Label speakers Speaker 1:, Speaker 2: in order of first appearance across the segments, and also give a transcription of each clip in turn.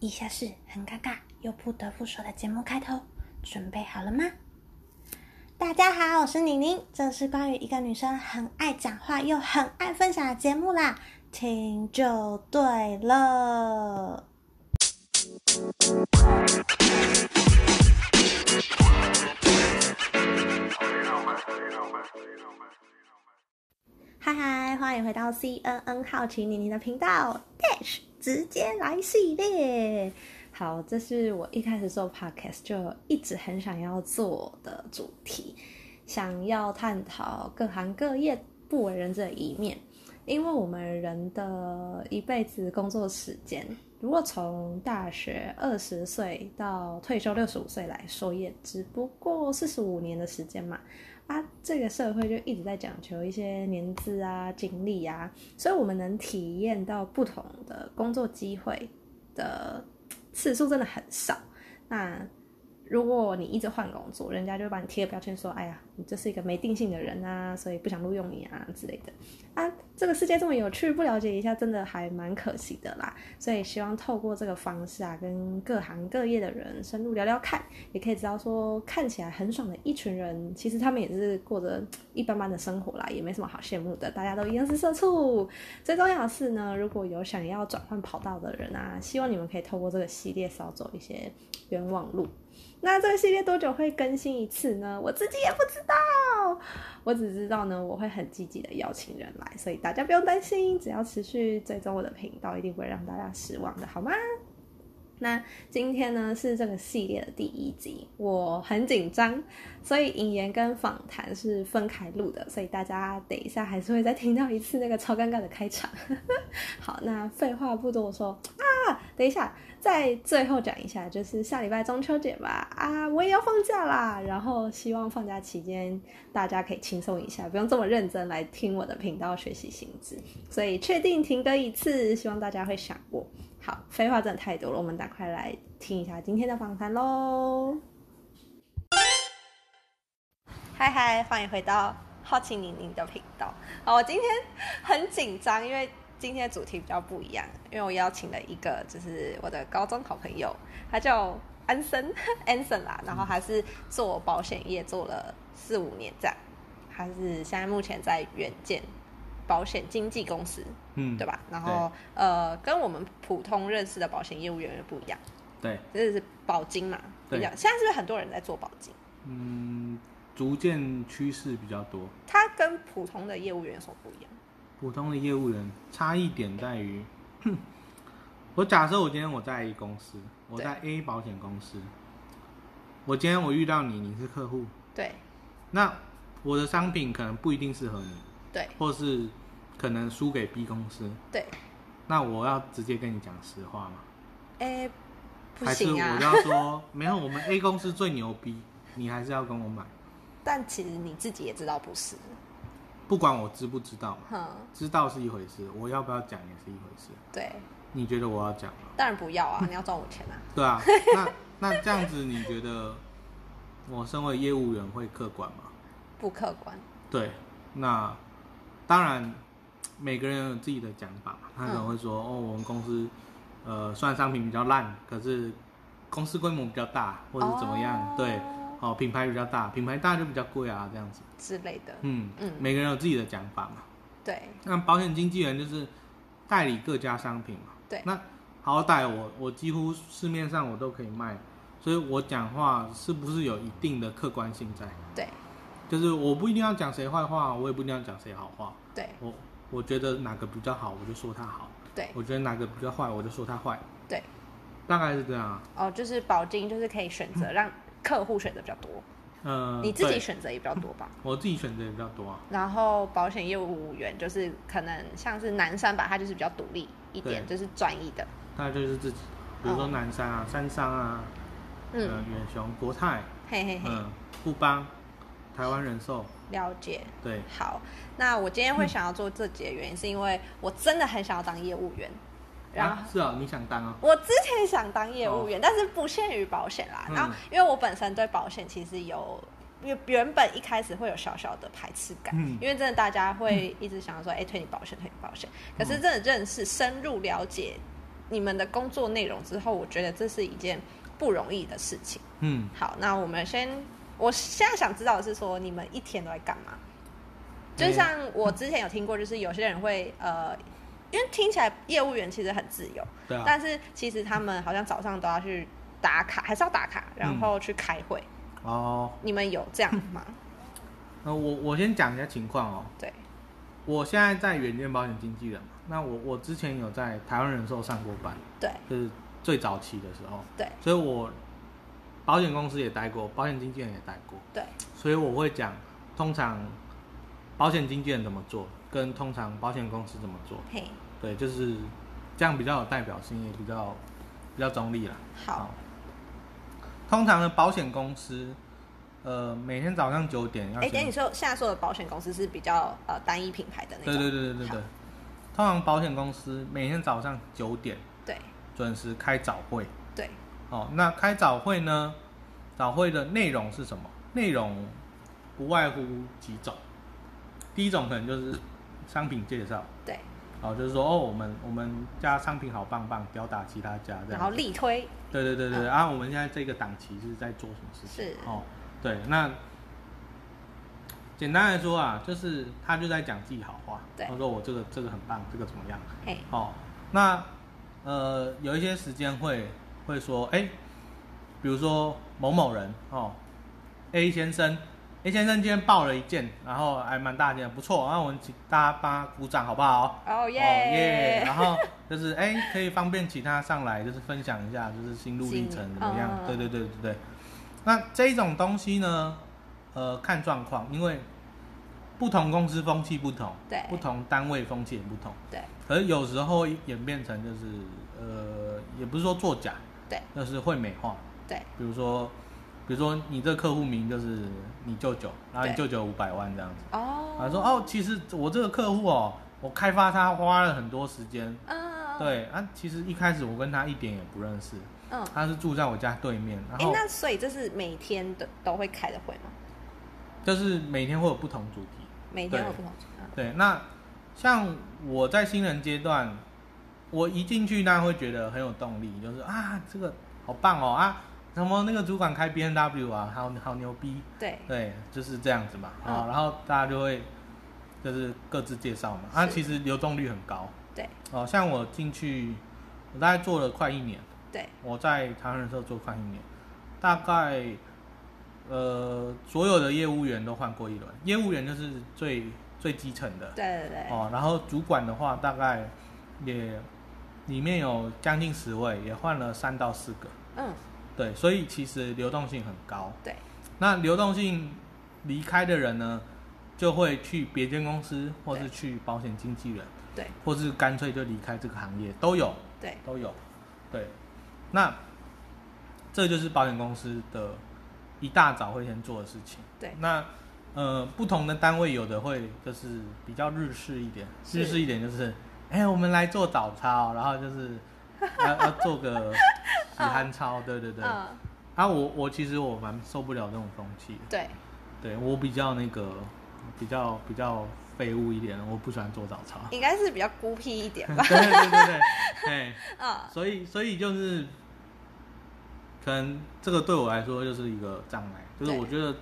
Speaker 1: 以下是很尴尬又不得不说的节目开头，准备好了吗？大家好，我是宁宁，这是关于一个女生很爱讲话又很爱分享的节目啦，听就对了。嗨嗨，欢迎回到 CNN 好奇妮妮的频道，Dash 直接来系列。好，这是我一开始做 podcast 就一直很想要做的主题，想要探讨各行各业不为人知的一面。因为我们人的一辈子工作时间，如果从大学二十岁到退休六十五岁来说，也只不过四十五年的时间嘛。啊，这个社会就一直在讲求一些年资啊、经历啊，所以我们能体验到不同的工作机会的次数真的很少。那如果你一直换工作，人家就会把你贴个标签说：“哎呀，你就是一个没定性的人啊，所以不想录用你啊之类的。”啊，这个世界这么有趣，不了解一下真的还蛮可惜的啦。所以希望透过这个方式啊，跟各行各业的人深入聊聊看，也可以知道说，看起来很爽的一群人，其实他们也是过着一般般的生活啦，也没什么好羡慕的，大家都一样是社畜。最重要的是呢，如果有想要转换跑道的人啊，希望你们可以透过这个系列少走一些冤枉路。那这个系列多久会更新一次呢？我自己也不知道，我只知道呢，我会很积极的邀请人来，所以大家不用担心，只要持续追踪我的频道，一定不会让大家失望的，好吗？那今天呢是这个系列的第一集，我很紧张，所以引言跟访谈是分开录的，所以大家等一下还是会再听到一次那个超尴尬的开场。 好，那废话不多说啊，等一下，再最后讲一下，就是下礼拜中秋节吧，啊，我也要放假啦，然后希望放假期间大家可以轻松一下，不用这么认真来听我的频道学习薪资，所以确定停更一次，希望大家会想我。好，废话真的太多了，我们赶快来听一下今天的访谈喽。嗨嗨，欢迎回到好奇宁宁的频道。好，哦我今天很紧张，因为今天的主题比较不一样，因为我邀请了一个就是我的高中好朋友，他叫安森 Anson 啦，然后他是做保险业做了四五年这样，他是现在目前在远见保险经纪公司
Speaker 2: 嗯，
Speaker 1: 对？吧？然后呃，跟我们普通认识的保险业务员也不一样，
Speaker 2: 对，
Speaker 1: 这是保金嘛，比
Speaker 2: 对
Speaker 1: 较现在是不是很多人在做保金？
Speaker 2: 嗯，逐渐趋势比较多。
Speaker 1: 它跟普通的业务员有什么不一样？
Speaker 2: 普通的业务人差异点在于，我假设我今天我在 A 公司，我在 A 保险公司，我今天我遇到你，你是客户，
Speaker 1: 对
Speaker 2: 那我的商品可能不一定适合你，
Speaker 1: 对
Speaker 2: 或是可能输给 B 公司，
Speaker 1: 对，
Speaker 2: 那我要直接跟你讲实话吗？
Speaker 1: 哎，不
Speaker 2: 还是我
Speaker 1: 行啊！
Speaker 2: 要说没有，我们 A 公司最牛逼，你还是要跟我买，
Speaker 1: 但其实你自己也知道不是，
Speaker 2: 不管我知不知道嘛。
Speaker 1: 哼，
Speaker 2: 知道是一回事，我要不要讲也是一回事。
Speaker 1: 对，
Speaker 2: 你觉得我要讲吗？
Speaker 1: 当然不要
Speaker 2: 嗯
Speaker 1: 啊！你要赚我钱啊！
Speaker 2: 对啊，那那这样子，你觉得我身为业务员会客观吗？
Speaker 1: 不客观，
Speaker 2: 对，那当然，每个人有自己的讲法嘛。他可能
Speaker 1: 嗯
Speaker 2: 会说，哦，我们公司呃，虽然商品比较烂，可是公司规模比较大，或者是怎么样，
Speaker 1: 哦
Speaker 2: 对，哦，品牌比较大，品牌大就比较贵啊，这样子。
Speaker 1: 之类的，
Speaker 2: 嗯
Speaker 1: 嗯
Speaker 2: 每个人有自己的讲法嘛。
Speaker 1: 对
Speaker 2: 那保险经纪人就是代理各家商品嘛。
Speaker 1: 对
Speaker 2: 那好歹我我几乎市面上我都可以卖，所以我讲话是不是有一定的客观性在？
Speaker 1: 对
Speaker 2: 就是我不一定要讲谁坏话，我也不一定要讲谁好话。
Speaker 1: 对
Speaker 2: 我我觉得哪个比较好，我就说他好；
Speaker 1: 对
Speaker 2: 我觉得哪个比较坏，我就说他坏。
Speaker 1: 对，
Speaker 2: 大概是这样啊。
Speaker 1: 哦，就是保金就是可以选择让客户选择比较多，
Speaker 2: 呃，
Speaker 1: 你自己
Speaker 2: 嗯对
Speaker 1: 选择也比较多吧。
Speaker 2: 我自己选择也比较多啊。
Speaker 1: 然后保险业务员就是可能像是南山吧，他就是比较独立一点，就是专一的。
Speaker 2: 大概就是自己，比如说
Speaker 1: 哦
Speaker 2: 南山啊、三商啊、呃
Speaker 1: 嗯，
Speaker 2: 远雄、国泰，
Speaker 1: 嘿嘿嘿，
Speaker 2: 嗯，富邦、台湾人寿，
Speaker 1: 了解。
Speaker 2: 对，
Speaker 1: 好，那我今天
Speaker 2: 嗯
Speaker 1: 会想要做这集的原因，是因为我真的很想要当业务员，然后
Speaker 2: 啊、。是哦，你想当哦，
Speaker 1: 我之前想当业务员，但是不限于保险啦。
Speaker 2: 哦嗯
Speaker 1: 然后，因为我本身对保险其实有原原本一开始会有小小的排斥感，
Speaker 2: 嗯
Speaker 1: 因为真的大
Speaker 2: 嗯
Speaker 1: 家会一直想说，哎、推你保险，推你保险。可是真的认识、深入了解你们的工作内容之后，我觉得这是一件不容易的事情。
Speaker 2: 嗯，
Speaker 1: 好，那我们先，我现在想知道的是说，你们一天都在干嘛？就
Speaker 2: 嗯
Speaker 1: 像我之前有听过，就是有些人会呃，因为听起来业务员其实很自由，
Speaker 2: 对啊，
Speaker 1: 但是其实他们好像早上都要去打卡，还是要打卡，然后去开会。
Speaker 2: 哦，
Speaker 1: 你们有这样 吗？
Speaker 2: 那我我先讲一下情况哦。
Speaker 1: 对，
Speaker 2: 我现在在远见保险经纪人嘛，那我我之前有在台湾人寿上过班，
Speaker 1: 对，
Speaker 2: 就是最早期的时候，
Speaker 1: 对，
Speaker 2: 所以我保险公司也待过，保险经纪人也待过，
Speaker 1: 对，
Speaker 2: 所以我会讲通常保险经纪人怎么做，跟通常保险公司怎么做，
Speaker 1: 嘿，
Speaker 2: 对，就是这样比较有代表性，也比较比较中立啦。
Speaker 1: 好，
Speaker 2: 通常的保险公司，呃，每天早上九点要
Speaker 1: 哎、
Speaker 2: 先。
Speaker 1: 等你说现在说的保险公司是比较呃单一品牌的那种，
Speaker 2: 对对对对对
Speaker 1: 好
Speaker 2: 对，通常保险公司每天早上九点
Speaker 1: 对
Speaker 2: 准时开早会。
Speaker 1: 对
Speaker 2: 哦，那开早会呢？早会的内容是什么？内容不外乎几种。第一种可能就是商品介绍，
Speaker 1: 对，
Speaker 2: 哦，就是说哦，我们我们家商品好棒棒，吊打其他家这
Speaker 1: 然后
Speaker 2: 样。
Speaker 1: 力推
Speaker 2: 对对对对，啊，我们现在这个档期是在做什么事情？
Speaker 1: 是
Speaker 2: 哦，对，那简单来说啊，就是他就在讲自己好话，
Speaker 1: 对
Speaker 2: 他说我这个这个很棒，这个怎么样？
Speaker 1: 嘿，
Speaker 2: 哦，那呃，有一些时间会会说，哎、比如说某某人哦，A 先生，A 先生今天报了一件，然后还蛮大件的，不错，啊那我们请大家帮他鼓掌好不好？
Speaker 1: 哦
Speaker 2: 哦耶！
Speaker 1: 耶，
Speaker 2: 然后就是哎、可以方便请他上来，就是分享一下，就是心路历程
Speaker 1: 心
Speaker 2: 怎么样
Speaker 1: 嗯？
Speaker 2: 对对对对对。那这一种东西呢，呃，看状况，因为不同公司风气不同，
Speaker 1: 对
Speaker 2: 不同单位风气也不同，
Speaker 1: 对
Speaker 2: 可是有时候会演变成就是呃，也不是说作假，
Speaker 1: 对，
Speaker 2: 就是会美化，
Speaker 1: 对
Speaker 2: 比如说。比如说，你这客户名就是你舅舅，然后你
Speaker 1: 对
Speaker 2: 舅舅五百万这样子，
Speaker 1: 哦，
Speaker 2: 啊，说哦，其实我这个客户哦，我开发他花了很多时间，
Speaker 1: 嗯，
Speaker 2: 对啊，其实一开始我跟他一点也不认识，
Speaker 1: 嗯，
Speaker 2: 他是住在我家对面，然
Speaker 1: 哎、
Speaker 2: 后
Speaker 1: 那所以这是每天的都会开的会吗？
Speaker 2: 就是每天会有不同主题，
Speaker 1: 每天
Speaker 2: 对
Speaker 1: 有不同啊
Speaker 2: 对，那像我在新人阶段，我一进去，大家会觉得很有动力，就是啊，这个好棒哦啊，什么那个主管开 B N W 啊，好好牛逼，
Speaker 1: 对
Speaker 2: 对，就是这样子嘛啊，
Speaker 1: 嗯
Speaker 2: 然后大家就会就是各自介绍嘛，啊，
Speaker 1: 是
Speaker 2: 其实流动率很高
Speaker 1: 对
Speaker 2: 哦，像我进去，我大概做了快一年，
Speaker 1: 对，
Speaker 2: 我在台湾人寿做快一年，大概呃所有的业务员都换过一轮，业务员就是最最基层的
Speaker 1: 对对对，
Speaker 2: 哦，然后主管的话大概也里面有将近十位，也换了三到四个，
Speaker 1: 嗯，
Speaker 2: 对，所以其实流动性很高。
Speaker 1: 对，
Speaker 2: 那流动性离开的人呢，就会去别间公司，或是
Speaker 1: 对
Speaker 2: 去保险经纪人，
Speaker 1: 对
Speaker 2: 或是干脆就离开这个行业都有。
Speaker 1: 对
Speaker 2: 都有。对，那这就是保险公司的一大早会先做的事情。
Speaker 1: 对
Speaker 2: 那呃，不同的单位有的会就是比较日式一点，
Speaker 1: 是
Speaker 2: 日式一点就是，哎、我们来做早操，然后就是要要做 个
Speaker 1: 哦
Speaker 2: 洗鼾操，对对对。
Speaker 1: 嗯，
Speaker 2: 啊，我我其实我蛮受不了这种风气的，
Speaker 1: 对，
Speaker 2: 对我比较那个比较比较废物一点，我不喜欢做早 操。
Speaker 1: 应该是比较孤僻一点 吧，
Speaker 2: 对对对对， 哎。
Speaker 1: 嗯，
Speaker 2: 所以，所以就是，可能这个对我来说就是一个障碍，就是
Speaker 1: 对
Speaker 2: 我觉得，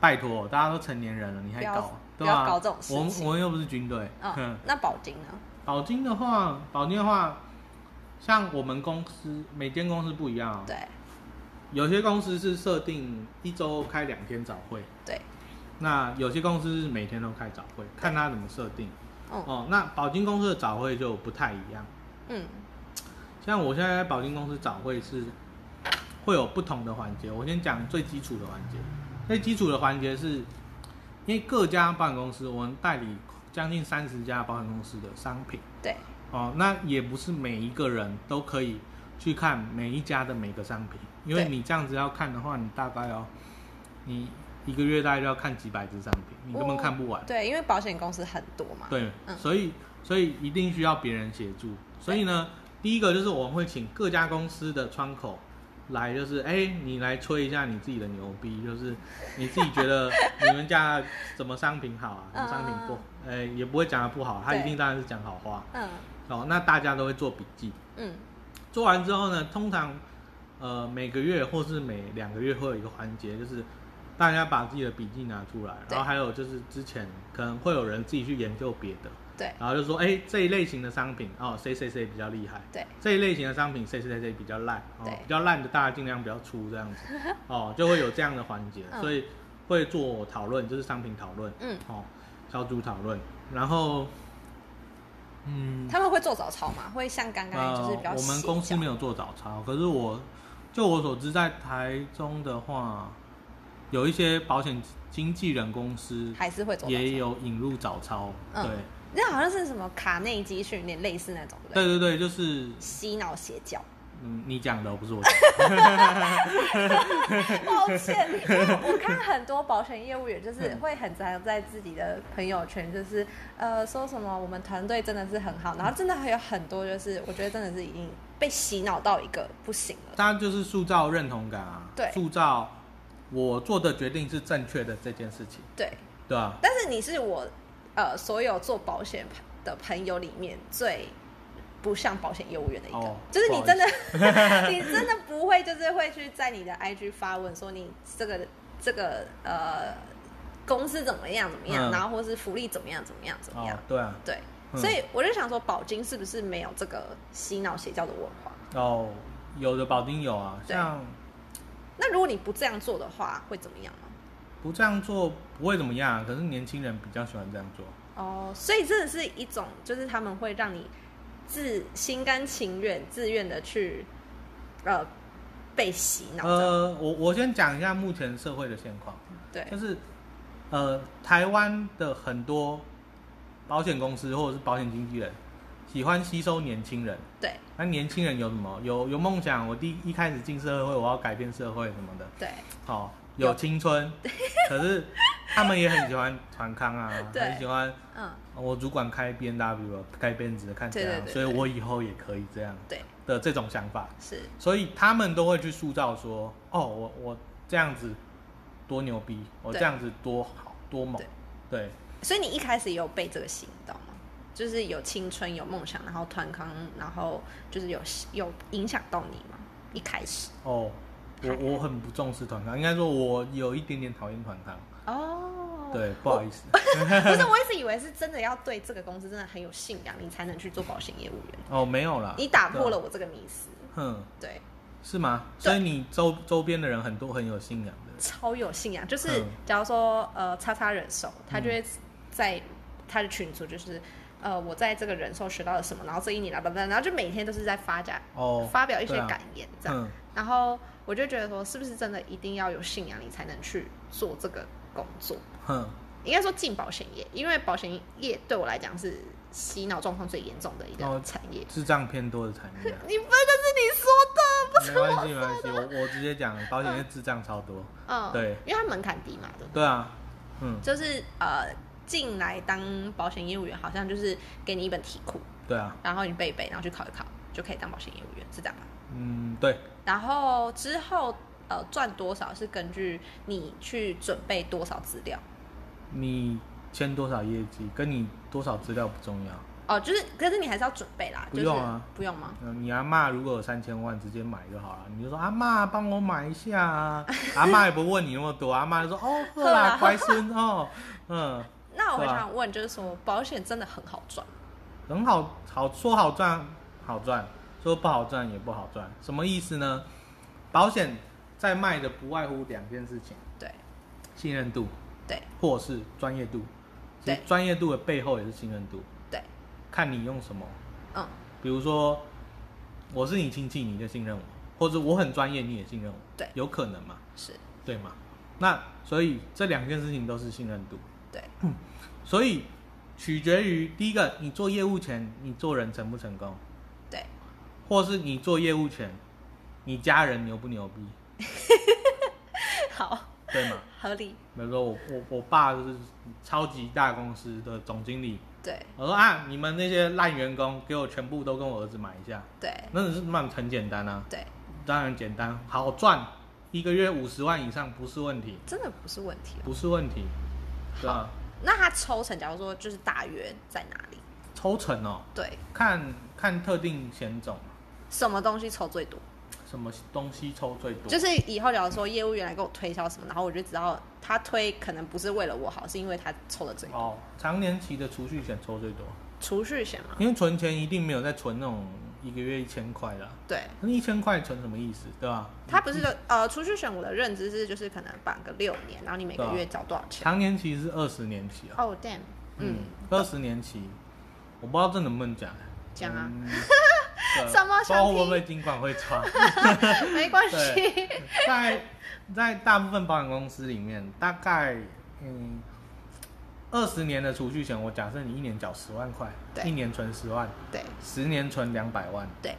Speaker 2: 拜托，大家都成年人了，你还
Speaker 1: 不要
Speaker 2: 搞，
Speaker 1: 不
Speaker 2: 对
Speaker 1: 要
Speaker 2: 吧、
Speaker 1: 搞这种事
Speaker 2: 我们
Speaker 1: 情
Speaker 2: 我们又不是军队。
Speaker 1: 嗯，那保金呢？
Speaker 2: 保金的话，保金的话，像我们公司每间公司不一样、哦，
Speaker 1: 对
Speaker 2: 有些公司是设定一周开两天早会，
Speaker 1: 对，
Speaker 2: 那有些公司是每天都开早会，看他怎么设定。
Speaker 1: 嗯
Speaker 2: 哦，那保金公司的早会就不太一样。
Speaker 1: 嗯，
Speaker 2: 像我现在在保金公司早会是会有不同的环节，我先讲最基础的环节。最基础的环节是，因为各家保险公司，我们代理将近三十家保险公司的商品
Speaker 1: 对
Speaker 2: 哦，那也不是每一个人都可以去看每一家的每个商品，因为
Speaker 1: 对
Speaker 2: 你这样子要看的话，你大概要你一个月大概就要看几百只商品，你根本
Speaker 1: 哦
Speaker 2: 看不完。
Speaker 1: 对，因为保险公司很多嘛，
Speaker 2: 对，
Speaker 1: 嗯
Speaker 2: 所以所以一定需要别人协助。所以呢，第一个就是我们会请各家公司的窗口来，就是哎、你来吹一下你自己的牛逼，就是你自己觉 得你们家什么商品好啊，什么商品不，哎、也不会讲的不好，他
Speaker 1: 嗯对
Speaker 2: 一定当然是讲好话。
Speaker 1: 嗯，
Speaker 2: 啊、哦，那大家都会做笔记，
Speaker 1: 嗯
Speaker 2: 做完之后呢，通常呃每个月或是每两个月会有一个环节，就是大家把自己的笔记拿出来，
Speaker 1: 对
Speaker 2: 然后还有就是之前可能会有人自己去研究别的，
Speaker 1: 对
Speaker 2: 然后就说，哎、这一类型的商品哦，谁谁谁比较厉害，
Speaker 1: 对，
Speaker 2: 这一类型的商品谁谁谁比较烂，哦
Speaker 1: 对，
Speaker 2: 比较烂的大家尽量不要出这样 子，哦，就会有这样的环节，
Speaker 1: 嗯
Speaker 2: 所以会做讨论，就是商品讨论，
Speaker 1: 嗯，
Speaker 2: 哦，小组讨论，然后，嗯，
Speaker 1: 他们会做早操吗？会像刚刚就是比较
Speaker 2: 呃、我们
Speaker 1: 细
Speaker 2: 公司
Speaker 1: 脚
Speaker 2: 没有做早操，可是我就我所知，在台中的话，有一些保险经纪人公司
Speaker 1: 还是会做早操
Speaker 2: 也有引入早操，
Speaker 1: 嗯
Speaker 2: 对。
Speaker 1: 那好像是什么卡内基训练类似那种
Speaker 2: 对
Speaker 1: 的，
Speaker 2: 对对，就是
Speaker 1: 洗脑邪教。
Speaker 2: 嗯，你讲的哦不是我讲的。
Speaker 1: 抱歉，因为我看很多保险业务员就是会很常在自己的朋友圈，就是呃说什么我们团队真的是很好，然后真的还有很多就是我觉得真的是已经被洗脑到一个不行了。
Speaker 2: 当然就是塑造认同感啊，
Speaker 1: 对
Speaker 2: 塑造我做的决定是正确的这件事情，
Speaker 1: 对，
Speaker 2: 对吧、
Speaker 1: 但是你是我呃所有做保险的朋友里面最不像保险业务员的一个，
Speaker 2: 哦
Speaker 1: 就是你
Speaker 2: 不好
Speaker 1: 真
Speaker 2: 意思
Speaker 1: 的 你真的不会，就是会去在你的 IG 发问说你这个这个呃公司怎么样怎么样，
Speaker 2: 嗯
Speaker 1: 然后或是福利怎么样怎么样怎么样，
Speaker 2: 哦，对啊，
Speaker 1: 对。
Speaker 2: 嗯
Speaker 1: 所以我就想说，保金是不是没有这个洗脑邪教的文化？
Speaker 2: 哦，有的保丁有啊，
Speaker 1: 对
Speaker 2: 像
Speaker 1: 那如果你不这样做的话，会怎么样吗？
Speaker 2: 不这样做不会怎么样，啊可是年轻人比较喜欢这样做。
Speaker 1: 哦，所以真的是一种，就是他们会让你自心甘情愿、自愿的去，呃，被洗脑这样。
Speaker 2: 呃，我我先讲一下目前社会的现况，
Speaker 1: 对
Speaker 2: 就，是呃，台湾的很多保险公司或者是保险经纪人喜欢吸收年轻人。
Speaker 1: 对，
Speaker 2: 那年轻人有什么？有有梦想。我第一一开始进社会，我要改变社会什么的。
Speaker 1: 对，
Speaker 2: 好、有
Speaker 1: 有
Speaker 2: 青春， 可是他们也很喜欢团康啊，
Speaker 1: 对
Speaker 2: 很喜欢
Speaker 1: 嗯，
Speaker 2: 哦我主管开 B N W 开鞭子看这样，
Speaker 1: 对对对
Speaker 2: 所以
Speaker 1: 对
Speaker 2: 我以后也可以这样
Speaker 1: 对，
Speaker 2: 的这种想法，
Speaker 1: 是，
Speaker 2: 所以他们都会去塑造说，哦，我我这样子多牛逼，我
Speaker 1: 对
Speaker 2: 这样子多好多猛
Speaker 1: 对，
Speaker 2: 对，
Speaker 1: 所以你一开始也有被这个洗到吗？就是有青春、有梦想，然后团康，然后就是有有影响到你吗？一开始
Speaker 2: 哦，我我很不重视团康，应该说我有一点点讨厌团康，
Speaker 1: 哦，
Speaker 2: 对，不好意思，
Speaker 1: 不是，我一直以为是真的要对这个公司真的很有信仰，你才能去做保险业务员。
Speaker 2: 哦，没有啦，
Speaker 1: 你打破
Speaker 2: 对
Speaker 1: 了
Speaker 2: 啊，
Speaker 1: 我这个迷思，
Speaker 2: 哼，
Speaker 1: 对。
Speaker 2: 是吗？
Speaker 1: 对
Speaker 2: 所以你周周边的人很多很有信仰的。
Speaker 1: 超有信仰，就是
Speaker 2: 嗯
Speaker 1: 假如说呃，叉叉人寿，他就会在他的群组就是。呃，我在这个人寿学到了什么，然后这一年啦，叭叭，然后就每天都是在发展、
Speaker 2: 哦，
Speaker 1: 发表一些
Speaker 2: 对啊
Speaker 1: 感言这样，
Speaker 2: 嗯，
Speaker 1: 然后我就觉得说，是不是真的一定要有信仰，你才能去做这个工作？
Speaker 2: 哼，
Speaker 1: 应该说进保险业，因为保险业对我来讲是洗脑状况最严重的一个
Speaker 2: 哦
Speaker 1: 产业。
Speaker 2: 智障偏多的产
Speaker 1: ，
Speaker 2: 业啊
Speaker 1: 你不这是你说
Speaker 2: 没
Speaker 1: 的，不是
Speaker 2: 关
Speaker 1: 我
Speaker 2: 系没关系，我我直接讲，保险业智障超多，
Speaker 1: 嗯，
Speaker 2: 对，
Speaker 1: 因为它门槛低嘛，对不对
Speaker 2: 对啊，嗯，
Speaker 1: 就是呃，进来当保险业务员，好像就是给你一本题库，
Speaker 2: 对啊，
Speaker 1: 然后你背一背，然后去考一考，就可以当保险业务员，是这样吧？
Speaker 2: 嗯，对，
Speaker 1: 然后之后呃，赚多少是根据你去准备多少资料
Speaker 2: 你签多少业绩，跟你多少资料不重要，
Speaker 1: 哦、就是可是你还是要准备啦，
Speaker 2: 不用
Speaker 1: 就
Speaker 2: 啊
Speaker 1: 是、不用吗？
Speaker 2: 嗯，你阿妈如果有三千万，直接买就好了，你就说阿妈帮我买一 下啊，阿妈也不问你那么多，阿妈就说哦，
Speaker 1: 好
Speaker 2: 好
Speaker 1: 啦
Speaker 2: 啦，乖孙 哦，嗯，
Speaker 1: 那我很
Speaker 2: 对啊
Speaker 1: 想问，就是说保险真的很好赚吗，
Speaker 2: 很好，好说好赚好赚，说不好赚也不好赚，什么意思呢？保险在卖的不外乎两件事情：
Speaker 1: 对
Speaker 2: 信任度
Speaker 1: 对
Speaker 2: 或是专业度。其实
Speaker 1: 对
Speaker 2: 专业度的背后也是信任度，
Speaker 1: 对，
Speaker 2: 看你用什么。
Speaker 1: 嗯
Speaker 2: 比如说，我是你亲戚，你就信任我；或者我很专业，你也信任我。
Speaker 1: 对
Speaker 2: 有可能嘛？
Speaker 1: 是，
Speaker 2: 对嘛？那所以这两件事情都是信任度，
Speaker 1: 对
Speaker 2: 所以取决于第一个，你做业务前，你做人成不成功。
Speaker 1: 对
Speaker 2: 或是你做业务前，你家人牛不牛逼，
Speaker 1: 好
Speaker 2: 对吗？
Speaker 1: 合理
Speaker 2: 比如说我我我爸就是超级大公司的总经理，
Speaker 1: 对
Speaker 2: 我说啊，你们那些烂员工给我全部都跟我儿子买一下，
Speaker 1: 对
Speaker 2: 那是蛮很简单啊，
Speaker 1: 对，
Speaker 2: 当然简单，好赚，一个月五十万以上不是问题，
Speaker 1: 真的不是问题哦。
Speaker 2: 不是问题，对吧？啊
Speaker 1: 那它抽成，假如说就是大约在哪里？
Speaker 2: 抽成哦，
Speaker 1: 对，
Speaker 2: 看看特定险种，
Speaker 1: 什么东西抽最多？
Speaker 2: 什么东西抽最多，
Speaker 1: 就是以后假如说业务员来跟我推销什么，然后我就知道他推可能不是为了我好，是因为他抽的最多。
Speaker 2: 哦，长年期的储蓄险抽最多，
Speaker 1: 储蓄险嘛，
Speaker 2: 因为存钱一定没有在存那种一个月一千块的啊，
Speaker 1: 对，
Speaker 2: 那一千块存什么意思，对吧？
Speaker 1: 他不是就呃储蓄险，我的认知是就是可能绑个六年，然后你每个
Speaker 2: 对啊
Speaker 1: 月缴多少钱？
Speaker 2: 长年期是二十年期啊，
Speaker 1: 哦、damn，嗯，，
Speaker 2: 二十年期，我不知道这能不能讲，
Speaker 1: 讲啊
Speaker 2: 嗯，
Speaker 1: 什么
Speaker 2: 包括
Speaker 1: 想
Speaker 2: 会不会金管会抓？
Speaker 1: 没关系，
Speaker 2: 在在大部分保险公司里面，大概嗯二十年的储蓄险，我假设你一年缴十万块，
Speaker 1: 对
Speaker 2: 一年存十万，
Speaker 1: 对
Speaker 2: 十年存两百万，
Speaker 1: 对，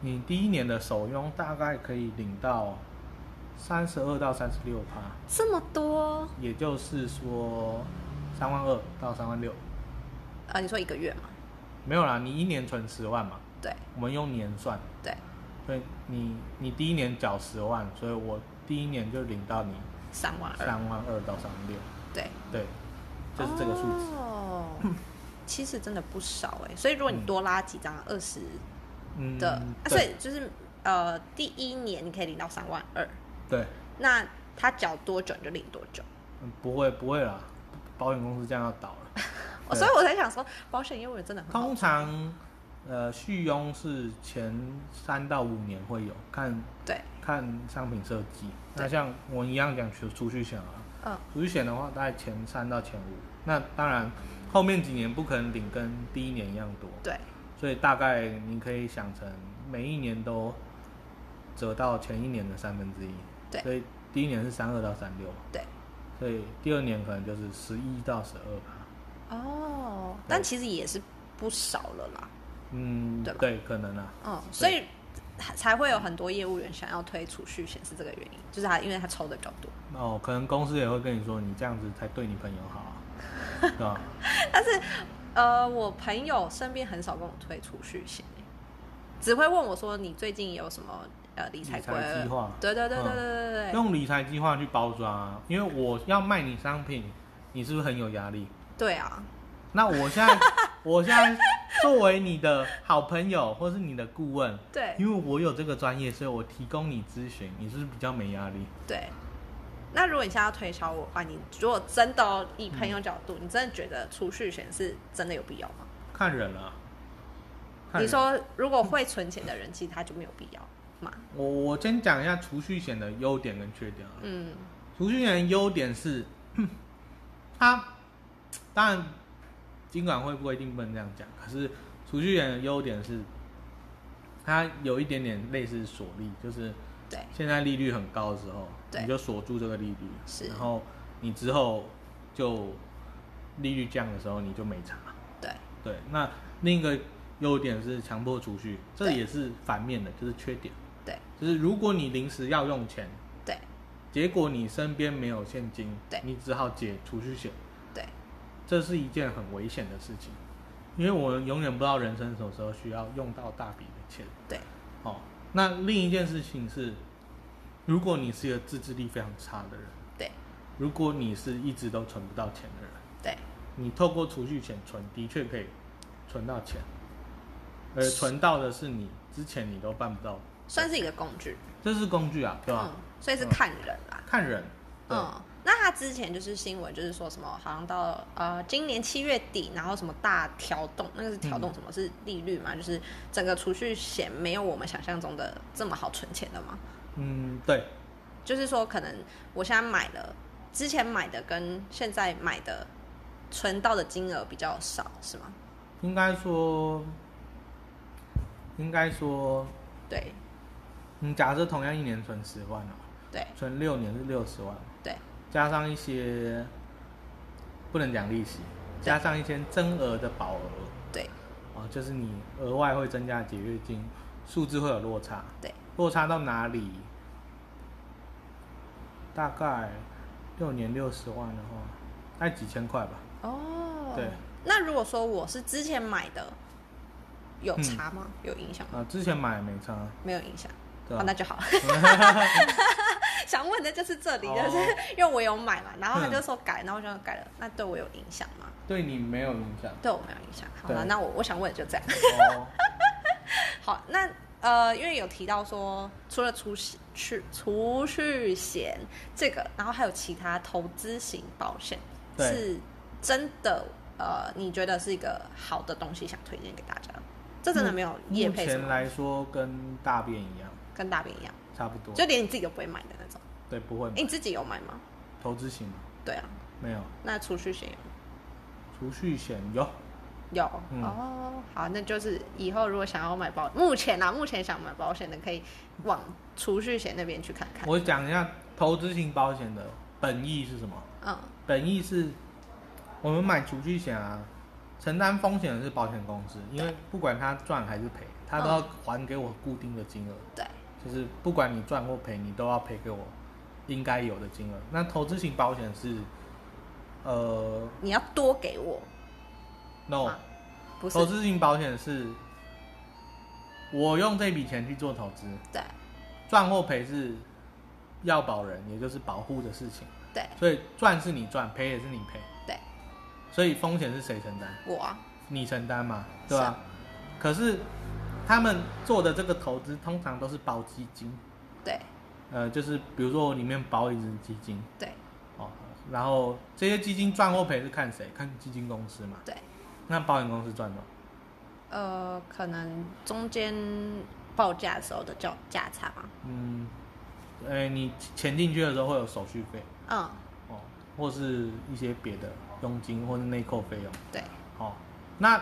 Speaker 2: 你第一年的首佣大概可以领到三十二到三十六趴，
Speaker 1: 这么多，
Speaker 2: 也就是说三万二到三万六。
Speaker 1: 呃，你说一个月嘛？
Speaker 2: 没有啦，你一年存十万嘛，
Speaker 1: 对
Speaker 2: 我们用年算，
Speaker 1: 对，
Speaker 2: 所以你你第一年缴十万，所以我第一年就领到你
Speaker 1: 三万二，
Speaker 2: 三万二到三万六。
Speaker 1: 对，
Speaker 2: 对，就是这个数字。
Speaker 1: 哦， 其实真的不少哎，所以如果你
Speaker 2: 嗯
Speaker 1: 多拉几张二十
Speaker 2: 嗯，
Speaker 1: 的，啊所
Speaker 2: 对
Speaker 1: 以就是呃，第一年你可以领到三万二，
Speaker 2: 对，
Speaker 1: 那他缴多久你就领多久。
Speaker 2: 嗯不会不会啦，保险公司这样要倒 了。
Speaker 1: 哦
Speaker 2: 对
Speaker 1: 所以我才想说，保险业务员真的很好
Speaker 2: 通常，呃，续佣是前三到五年会有，看
Speaker 1: 对，
Speaker 2: 看商品设计。
Speaker 1: 对
Speaker 2: 那像我一样讲储储蓄险啊，
Speaker 1: 嗯，
Speaker 2: 储蓄险的话大概前三到前五，那当然后面几年不可能领跟第一年一样多，
Speaker 1: 对，
Speaker 2: 所以大概你可以想成每一年都折到前一年的三分之一。
Speaker 1: 对
Speaker 2: 所以第一年是三二到三六。
Speaker 1: 对。
Speaker 2: 所以第二年可能就是十一到十二吧。
Speaker 1: 哦，但其实也是不少了啦，
Speaker 2: 嗯，
Speaker 1: 对吧
Speaker 2: 可能啊。
Speaker 1: 嗯，所以才会有很多业务员想要推储蓄险是这个原因，就是他因为他抽的比较多，
Speaker 2: 哦，可能公司也会跟你说，你这样子才对你朋友 好、啊，对吧？
Speaker 1: 呃，我朋友身边很少跟我推储蓄险欸，只会问我说你最近有什么呃理财
Speaker 2: 理财
Speaker 1: 规
Speaker 2: 计划
Speaker 1: 对对对
Speaker 2: 嗯
Speaker 1: 对对对对对，
Speaker 2: 用理财计划去包装啊，因为我要卖你商品，你是不是很有压力？
Speaker 1: 对啊，
Speaker 2: 那我 现在，我现在作为你的好朋友或是你的顾问，
Speaker 1: 对
Speaker 2: 因为我有这个专业，所以我提供你咨询，你是不是比较没压力？
Speaker 1: 对。那如果你现在要推销我的话，你如果真的哦以朋友角
Speaker 2: 嗯
Speaker 1: 度，你真的觉得储蓄险是真的有必要吗？
Speaker 2: 看人啊。看
Speaker 1: 你
Speaker 2: 人
Speaker 1: 说如果会存钱的人，其实他就没有必要嘛。
Speaker 2: 我我先讲一下储蓄险的优点跟缺点啊。
Speaker 1: 嗯，
Speaker 2: 储蓄险的优点是， 它当然尽管会不一定不能这样讲，可是储蓄险的优点是，它有一点点类似锁利，就是
Speaker 1: 对
Speaker 2: 现在利率很高的时候，
Speaker 1: 对
Speaker 2: 你就锁住这个利率，
Speaker 1: 是
Speaker 2: 然后你之后就利率降的时候你就没差。
Speaker 1: 对
Speaker 2: 对，那另一个优点是强迫储蓄，这
Speaker 1: 对
Speaker 2: 也是反面的，就是缺点，
Speaker 1: 对
Speaker 2: 就是如果你临时要用钱，
Speaker 1: 对
Speaker 2: 结果你身边没有现金，
Speaker 1: 对
Speaker 2: 你只好解储蓄险，
Speaker 1: 对
Speaker 2: 这是一件很危险的事情，因为我们永远不知道人生什么时候需要用到大笔的钱。
Speaker 1: 对，
Speaker 2: 哦，那另一件事情是，如果你是一个自制力非常差的人，
Speaker 1: 对
Speaker 2: 如果你是一直都存不到钱的人，
Speaker 1: 对，
Speaker 2: 你透过储蓄险存，的确可以存到钱，而存到的是你之前你都办不到，
Speaker 1: 算是一个工具，
Speaker 2: 这是工具啊，对吧？
Speaker 1: 嗯，所以是看人啦。
Speaker 2: 看人，对，
Speaker 1: 嗯，那他之前就是新闻，就是说什么好像到呃今年七月底，然后什么大调动，那个是调动什么、是利率嘛？嗯就是整个储蓄险没有我们想象中的这么好存钱的嘛？
Speaker 2: 嗯，对，
Speaker 1: 就是说可能我现在买了，之前买的跟现在买的存到的金额比较少，是吗？
Speaker 2: 应该说，应该说，
Speaker 1: 对
Speaker 2: 你假设同样一年存十万啊，
Speaker 1: 对
Speaker 2: 存六年是六十万，
Speaker 1: 对
Speaker 2: 加上一些不能讲利息，
Speaker 1: 对
Speaker 2: 加上一些增额的保额
Speaker 1: 对
Speaker 2: 啊，就是你额外会增加的解约金，数字会有落差，
Speaker 1: 对，
Speaker 2: 落差到哪里？大概六年六十万的话，大概几千块吧。
Speaker 1: 哦，
Speaker 2: 对。
Speaker 1: 那如果说我是之前买的，有
Speaker 2: 嗯
Speaker 1: 差吗？有影响吗？
Speaker 2: 啊，之前买没差，
Speaker 1: 没有影响。
Speaker 2: 对
Speaker 1: 哦，
Speaker 2: 吧、
Speaker 1: 那就好。想问的就是这里，
Speaker 2: 哦
Speaker 1: 就是因为我有买嘛，然后他
Speaker 2: 嗯
Speaker 1: 就说改，然后我就改了，那对我有影响吗？。
Speaker 2: 对你没有影响
Speaker 1: 对我没有影响。好了，
Speaker 2: 对
Speaker 1: 那我我想问的就这样。
Speaker 2: 哦，
Speaker 1: 好，那呃，因为有提到说，除了储蓄、去储蓄险这个，然后还有其他投资型保险，
Speaker 2: 对
Speaker 1: 是真的呃，你觉得是一个好的东西，想推荐给大家？这真的没有业
Speaker 2: 嗯目
Speaker 1: 配什
Speaker 2: 前
Speaker 1: 么，
Speaker 2: 来说跟大便一样，
Speaker 1: 跟大饼一样，
Speaker 2: 差不多。
Speaker 1: 就连你自己都不会买的那种。
Speaker 2: 对，不会
Speaker 1: 诶你自己有买吗？
Speaker 2: 投资型吗
Speaker 1: 对啊，
Speaker 2: 没有，
Speaker 1: 那储蓄险有吗
Speaker 2: 储蓄险有。
Speaker 1: 有、
Speaker 2: 嗯
Speaker 1: 哦，好，那就是以后如果想要买保，目前啊，目前想买保险的可以往储蓄险那边去看看。
Speaker 2: 我讲一下投资型保险的本意是什么？
Speaker 1: 嗯，
Speaker 2: 本意是，我们买储蓄险啊，承担风险的是保险公司，因为不管他赚还是赔，他都要还给我固定的金额，
Speaker 1: 对，
Speaker 2: 就是不管你赚或赔，你都要赔给我应该有的金额。那投资型保险是，呃
Speaker 1: 你要多给我，
Speaker 2: ，no，
Speaker 1: 啊不是
Speaker 2: 投资型保险是，我用这笔钱去做投资，
Speaker 1: 对
Speaker 2: 赚或赔是要保人，也就是保护的事情，
Speaker 1: 对
Speaker 2: 所以赚是你赚，赔也是你赔，
Speaker 1: 对，
Speaker 2: 所以风险是谁承担？
Speaker 1: 我啊
Speaker 2: 你承担嘛，对吧、
Speaker 1: 是啊
Speaker 2: 可是他们做的这个投资通常都是保基金，
Speaker 1: 对
Speaker 2: 呃，就是比如说我里面保一只基金
Speaker 1: 对
Speaker 2: 哦，然后这些基金赚或赔是看谁？看基金公司嘛。
Speaker 1: 对，
Speaker 2: 那保险公司赚多少？
Speaker 1: 呃，可能中间报价的时候的叫价差嘛，
Speaker 2: 嗯，呃，你钱进去的时候会有手续费
Speaker 1: 嗯，
Speaker 2: 哦，或是一些别的佣金或是内扣费用
Speaker 1: 对
Speaker 2: 哦。那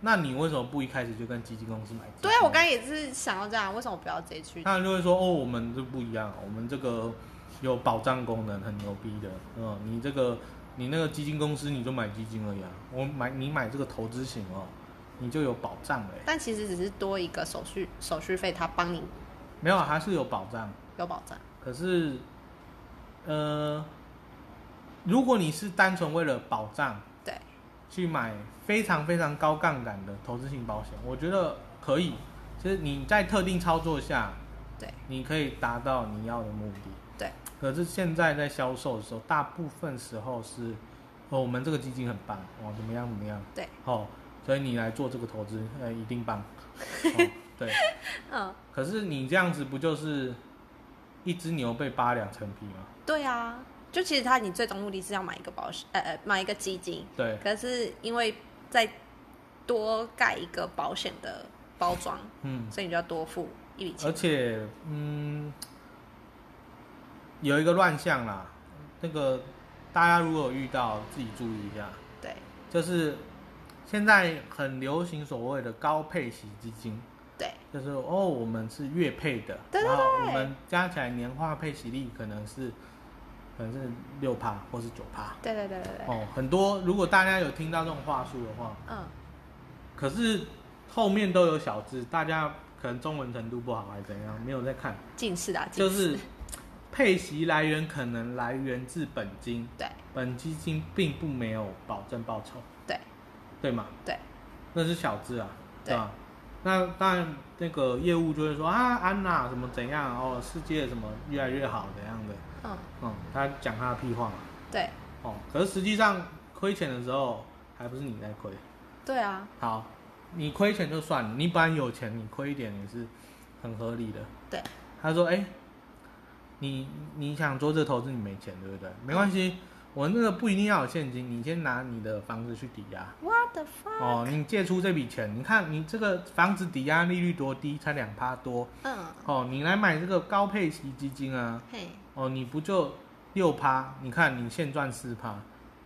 Speaker 2: 那你为什么不一开始就跟基金公司买基金？
Speaker 1: 对啊，我刚才也是想要这样，为什么不要直接去？
Speaker 2: 他就会说哦，我们这不一样，我们这个有保障功能，很牛逼的。嗯，你这个你那个基金公司你就买基金而已啊，我买你买这个投资型哦，你就有保障欸嘞、
Speaker 1: 但其实只是多一个手续手续费，他帮你
Speaker 2: 没有啊，还是有保障，
Speaker 1: 有保障，
Speaker 2: 可是呃，如果你是单纯为了保障
Speaker 1: 对
Speaker 2: 去买非常非常高杠杆的投资型保险，我觉得可以，就是你在特定操作下，
Speaker 1: 对
Speaker 2: 你可以达到你要的目的。
Speaker 1: 对
Speaker 2: 可是现在在销售的时候，大部分时候是，哦，我们这个基金很棒，哦，怎么样怎么样，
Speaker 1: 对，
Speaker 2: 哦，所以你来做这个投资，呃，一定棒，哦、对。
Speaker 1: 嗯，
Speaker 2: 可是你这样子不就是一只牛被扒两层皮吗？
Speaker 1: 对啊，就其实他你最终目的是要买一个保险，呃呃，买一个基金，
Speaker 2: 对，
Speaker 1: 可是因为再多盖一个保险的包装，
Speaker 2: 嗯，
Speaker 1: 所以你就要多付一笔
Speaker 2: 而
Speaker 1: 钱。
Speaker 2: 且，嗯，有一个乱象啦，那个大家如果有遇到，自己注意一下，
Speaker 1: 对
Speaker 2: 就是现在很流行所谓的高配息基金。
Speaker 1: 对
Speaker 2: 就是哦，我们是月配的，
Speaker 1: 对对
Speaker 2: 然后
Speaker 1: 对
Speaker 2: 我们加起来年化配息率可能是可能是六趴或是九趴
Speaker 1: 对对对对对，
Speaker 2: 哦，很多。如果大家有听到这种话术的话，
Speaker 1: 嗯，
Speaker 2: 可是后面都有小字，大家可能中文程度不好还是怎样，没有在看，
Speaker 1: 近视啊，近
Speaker 2: 就
Speaker 1: 视
Speaker 2: 是配息来源可能来源自本金，
Speaker 1: 对
Speaker 2: 本基金并不没有保证报酬，
Speaker 1: 对
Speaker 2: 对吗？
Speaker 1: 对
Speaker 2: 那是小字啊，
Speaker 1: 对
Speaker 2: 对吧？那当然，那个业务就会说啊，安娜什么怎样哦，世界什么越来越好怎样的，
Speaker 1: 嗯
Speaker 2: 嗯，他讲他的屁话嘛，
Speaker 1: 对
Speaker 2: 哦，可是实际上亏钱的时候还不是你在亏，
Speaker 1: 对啊
Speaker 2: 好，你亏钱就算了，你本来有钱，你亏一点也是很合理的。
Speaker 1: 对
Speaker 2: 他说，哎、你你想做这投资，你没钱对不对？没关系，我那个不一定要有现金，你先拿你的房子去抵押，
Speaker 1: ，what the fuck，
Speaker 2: 哦，你借出这笔钱，你看你这个房子抵押利率多低，才两趴多
Speaker 1: 嗯
Speaker 2: 哦，你来买这个高配息基金啊，
Speaker 1: 嘿
Speaker 2: 哦，你不就六趴？你看你现赚四趴，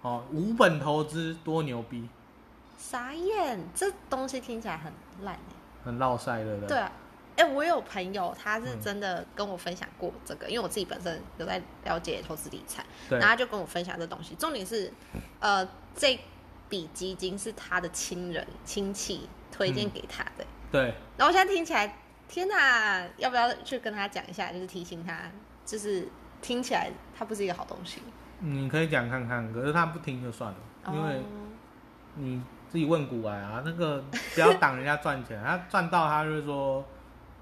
Speaker 2: 哦，无本投资多牛逼，
Speaker 1: 傻眼，这东西听起来很烂欸
Speaker 2: 很落塞，对不对？
Speaker 1: 对啊，哎、我有朋友，他是
Speaker 2: 嗯
Speaker 1: 真的跟我分享过这个，因为我自己本身有在了解投资理财，
Speaker 2: 对
Speaker 1: 然后他就跟我分享这东西。重点是，呃，这笔基金是他的亲人亲戚推荐
Speaker 2: 嗯
Speaker 1: 给他的，
Speaker 2: 对
Speaker 1: 然后我现在听起来，天哪，要不要去跟他讲一下，就是提醒他，就是听起来它不是一个好东西，
Speaker 2: 嗯你可以讲看看，可是他不听就算了，因为
Speaker 1: 哦
Speaker 2: 你自己问古玩啊，那个 不要挡人家赚钱，他赚到他就会说，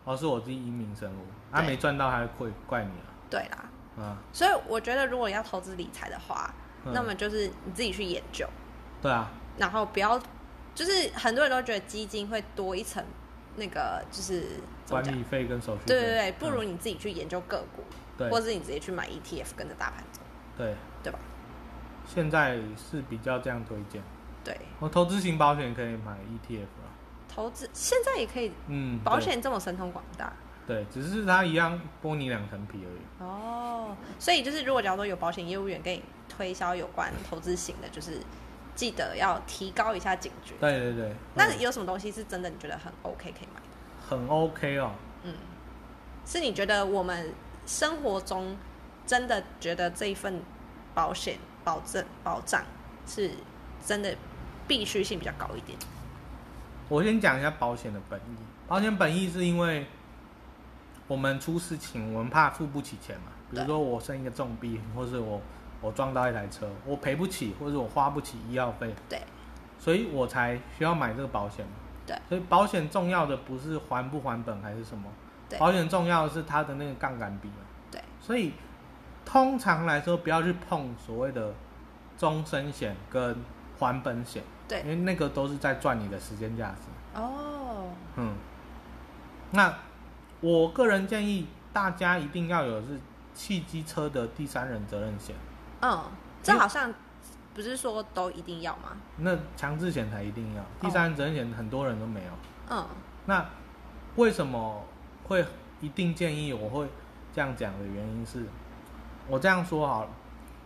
Speaker 2: 哦，是我自己因民生活，他
Speaker 1: 对
Speaker 2: 没赚到他就怪怪你啊。
Speaker 1: 对啦，
Speaker 2: 嗯，
Speaker 1: 所以我觉得，如果要投资理财的话，
Speaker 2: 嗯
Speaker 1: 那么就是你自己去研究，
Speaker 2: 对啊，
Speaker 1: 然后不要，就是很多人都觉得基金会多一层那个就是怎么
Speaker 2: 管
Speaker 1: 讲？
Speaker 2: 理费跟手续费，
Speaker 1: 对对对，不
Speaker 2: 嗯
Speaker 1: 如你自己去研究个股，
Speaker 2: 对
Speaker 1: 或是你直接去买 ETF 跟着大盘走，
Speaker 2: 对，
Speaker 1: 对吧？
Speaker 2: 现在是比较这样推荐。
Speaker 1: 对，
Speaker 2: 我投资型保险可以买 ETF 啊，
Speaker 1: 投资现在也可以，
Speaker 2: 嗯，
Speaker 1: 保险这么神通广大
Speaker 2: 对，对只是它一样剥你两层皮而已。
Speaker 1: 哦。所以就是，如果假如说有保险业务员给你推销有关投资型的，就是记得要提高一下警觉。
Speaker 2: 对对对，
Speaker 1: 那
Speaker 2: 嗯
Speaker 1: 有什么东西是真的你觉得很 OK 可以买的？
Speaker 2: 很 OK 哦，
Speaker 1: 是你觉得我们生活中真的觉得这一份保险保证保障是真的必须性比较高一点？
Speaker 2: 我先讲一下保险的本意。保险本意是因为我们出事情，我们怕付不起钱嘛。比如
Speaker 1: 对
Speaker 2: 说我生一个重病，或是我我撞到一台车，我赔不起，或者我花不起医药费，
Speaker 1: 对
Speaker 2: 所以我才需要买这个保险嘛。
Speaker 1: 对
Speaker 2: 所以保险重要的不是还不还本还是什么，
Speaker 1: 对
Speaker 2: 保险重要的是它的那个杠杆比嘛。
Speaker 1: 对，
Speaker 2: 所以通常来说，不要去碰所谓的终身险跟还本险，
Speaker 1: 对
Speaker 2: 因为那个都是在赚你的时间价值。
Speaker 1: 哦，
Speaker 2: 嗯，那我个人建议大家一定要有的是汽机车的第三人责任险，
Speaker 1: 嗯，这好像不是说都一定要吗？
Speaker 2: 那强制险才一定要。第三人责任险很多人都没有。
Speaker 1: 嗯，
Speaker 2: 那为什么会一定建议我会这样讲的原因是，我这样说好了，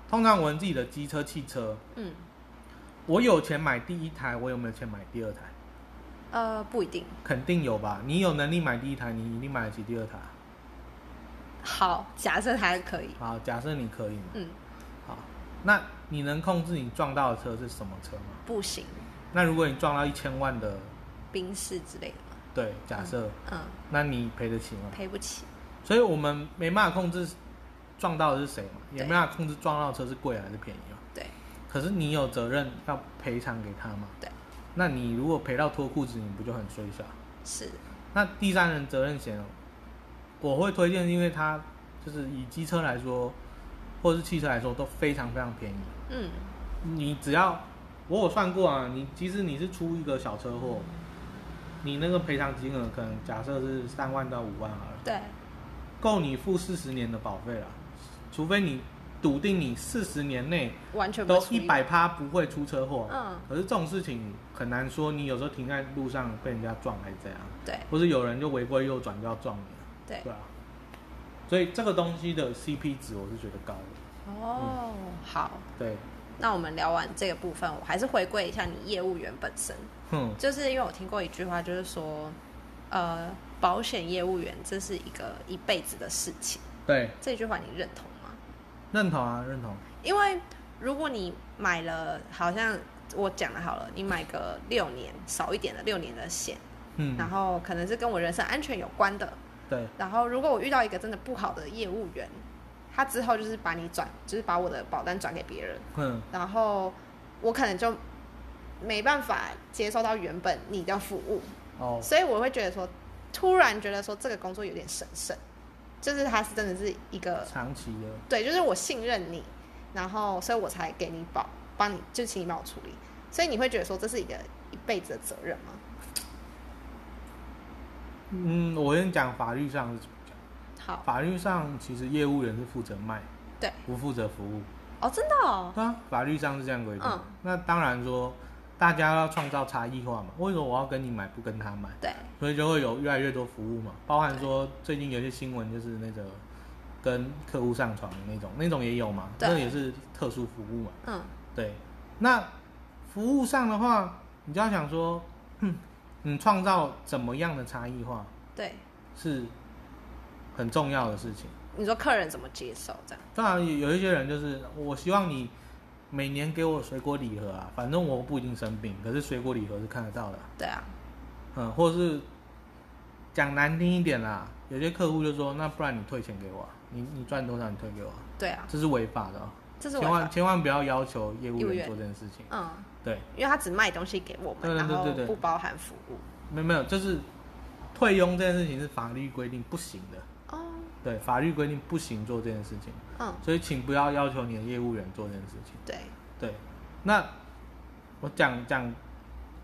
Speaker 2: 通常我们自己的机车、汽车，
Speaker 1: 嗯，
Speaker 2: 我有钱买第一台，我有没有钱买第二台？
Speaker 1: 呃，不一定。
Speaker 2: 肯定有吧。你有能力买第一台，你一定买得起第二台。
Speaker 1: 好，假设还可以。
Speaker 2: 好，假设你可以嘛。
Speaker 1: 嗯，
Speaker 2: 好，那你能控制你撞到的车是什么车吗？
Speaker 1: 不行，
Speaker 2: 那如果你撞到一千万的，
Speaker 1: 冰室之类的嘛。
Speaker 2: 对，假设，
Speaker 1: 嗯，
Speaker 2: 那你赔得起吗？
Speaker 1: 赔不起。
Speaker 2: 所以我们没办法控制撞到的是谁嘛，也
Speaker 1: 对
Speaker 2: 没办法控制撞到的车是贵还是便宜嘛。
Speaker 1: 对，
Speaker 2: 可是你有责任要赔偿给他嘛？
Speaker 1: 对。
Speaker 2: 那你如果赔到脱裤子，你不就很衰小？
Speaker 1: 是，
Speaker 2: 那第三人责任险哦，我会推荐，因为它就是以机车来说，或者是汽车来说都非常非常便宜。
Speaker 1: 嗯，
Speaker 2: 你只要我有算过啊，你即使你是出一个小车祸，你那个赔偿金额可能假设是三万到五万好了，
Speaker 1: 对，
Speaker 2: 够你付四十年的保费了，除非你笃定你四十年内
Speaker 1: 完全不嗯
Speaker 2: 都
Speaker 1: 会出
Speaker 2: 一
Speaker 1: 意
Speaker 2: 百
Speaker 1: 外。
Speaker 2: 趴不会出车祸。
Speaker 1: 嗯
Speaker 2: 可是这种事情很难说，你有时候停在路上被人家撞还是怎样，
Speaker 1: 对
Speaker 2: 或是有人就违规右转就要撞你，
Speaker 1: 对。
Speaker 2: 对啊。所以这个东西的 CP 值我是觉得高的，
Speaker 1: 哦，好，
Speaker 2: 对，
Speaker 1: 那我们聊完这个部分，我还是回归一下你业务员本身，
Speaker 2: 哼，
Speaker 1: 就是因为我听过一句话，就是说，呃，保险业务员这是一个一辈子的事情。
Speaker 2: 对，
Speaker 1: 这句话你认同吗？
Speaker 2: 认同啊，认同，
Speaker 1: 因为如果你买了，好像我讲了好了，你买个六年少一点的六年的险，
Speaker 2: 嗯，
Speaker 1: 然后可能是跟我人身安全有关的，
Speaker 2: 对，
Speaker 1: 然后如果我遇到一个真的不好的业务员，他之后就是把你转，就是把我的保单转给别人，
Speaker 2: 嗯，
Speaker 1: 然后我可能就没办法接受到原本你的服务，
Speaker 2: 哦，
Speaker 1: 所以我会觉得说，突然觉得说这个工作有点神圣，就是他是真的是一个
Speaker 2: 长期的，
Speaker 1: 对，就是我信任你，然后所以我才给你保，帮你就请你帮我处理，所以你会觉得说这是一个一辈子的责任吗？
Speaker 2: 嗯，我先讲法律上是怎么讲，
Speaker 1: 好，
Speaker 2: 法律上其实业务员是负责卖，
Speaker 1: 对，
Speaker 2: 不负责服务，
Speaker 1: 哦，真的哦，
Speaker 2: 对啊，法律上是这样规定。
Speaker 1: 嗯
Speaker 2: 那当然说，大家要创造差异化嘛。为什么我要跟你买，不跟他买？
Speaker 1: 对，
Speaker 2: 所以就会有越来越多服务嘛，包含说最近有些新闻就是那个跟客户上床的那种，那种也有嘛，
Speaker 1: 对
Speaker 2: 那也是特殊服务嘛。
Speaker 1: 嗯，
Speaker 2: 对，那服务上的话，你就要想说，哼你创造怎么样的差异化
Speaker 1: 对，
Speaker 2: 是很重要的事情。
Speaker 1: 你说客人怎么接受这样？
Speaker 2: 当然有有一些人就是，我希望你每年给我水果礼盒啊，反正我不一定生病，可是水果礼盒是看得到的啊，
Speaker 1: 对啊，
Speaker 2: 嗯，或者是讲难听一点啦，有些客户就说，那不然你退钱给我啊、你你赚多少你退给我啊、
Speaker 1: 对啊，
Speaker 2: 这是违法的、哦，
Speaker 1: 这是我
Speaker 2: 千
Speaker 1: 的
Speaker 2: 万千万不要要求业务
Speaker 1: 业务
Speaker 2: 员
Speaker 1: 员
Speaker 2: 做这件事情，
Speaker 1: 嗯，
Speaker 2: 对，
Speaker 1: 因为他只卖东西给我们，
Speaker 2: 对对对
Speaker 1: 然后
Speaker 2: 对对
Speaker 1: 不包含服务。
Speaker 2: 没有没有，就是退佣这件事情是法律规定不行的，
Speaker 1: 哦，
Speaker 2: 对，法律规定不行做这件事情，
Speaker 1: 嗯，
Speaker 2: 所以请不要要求你的业务员做这件事情。
Speaker 1: 对，
Speaker 2: 对，那我讲讲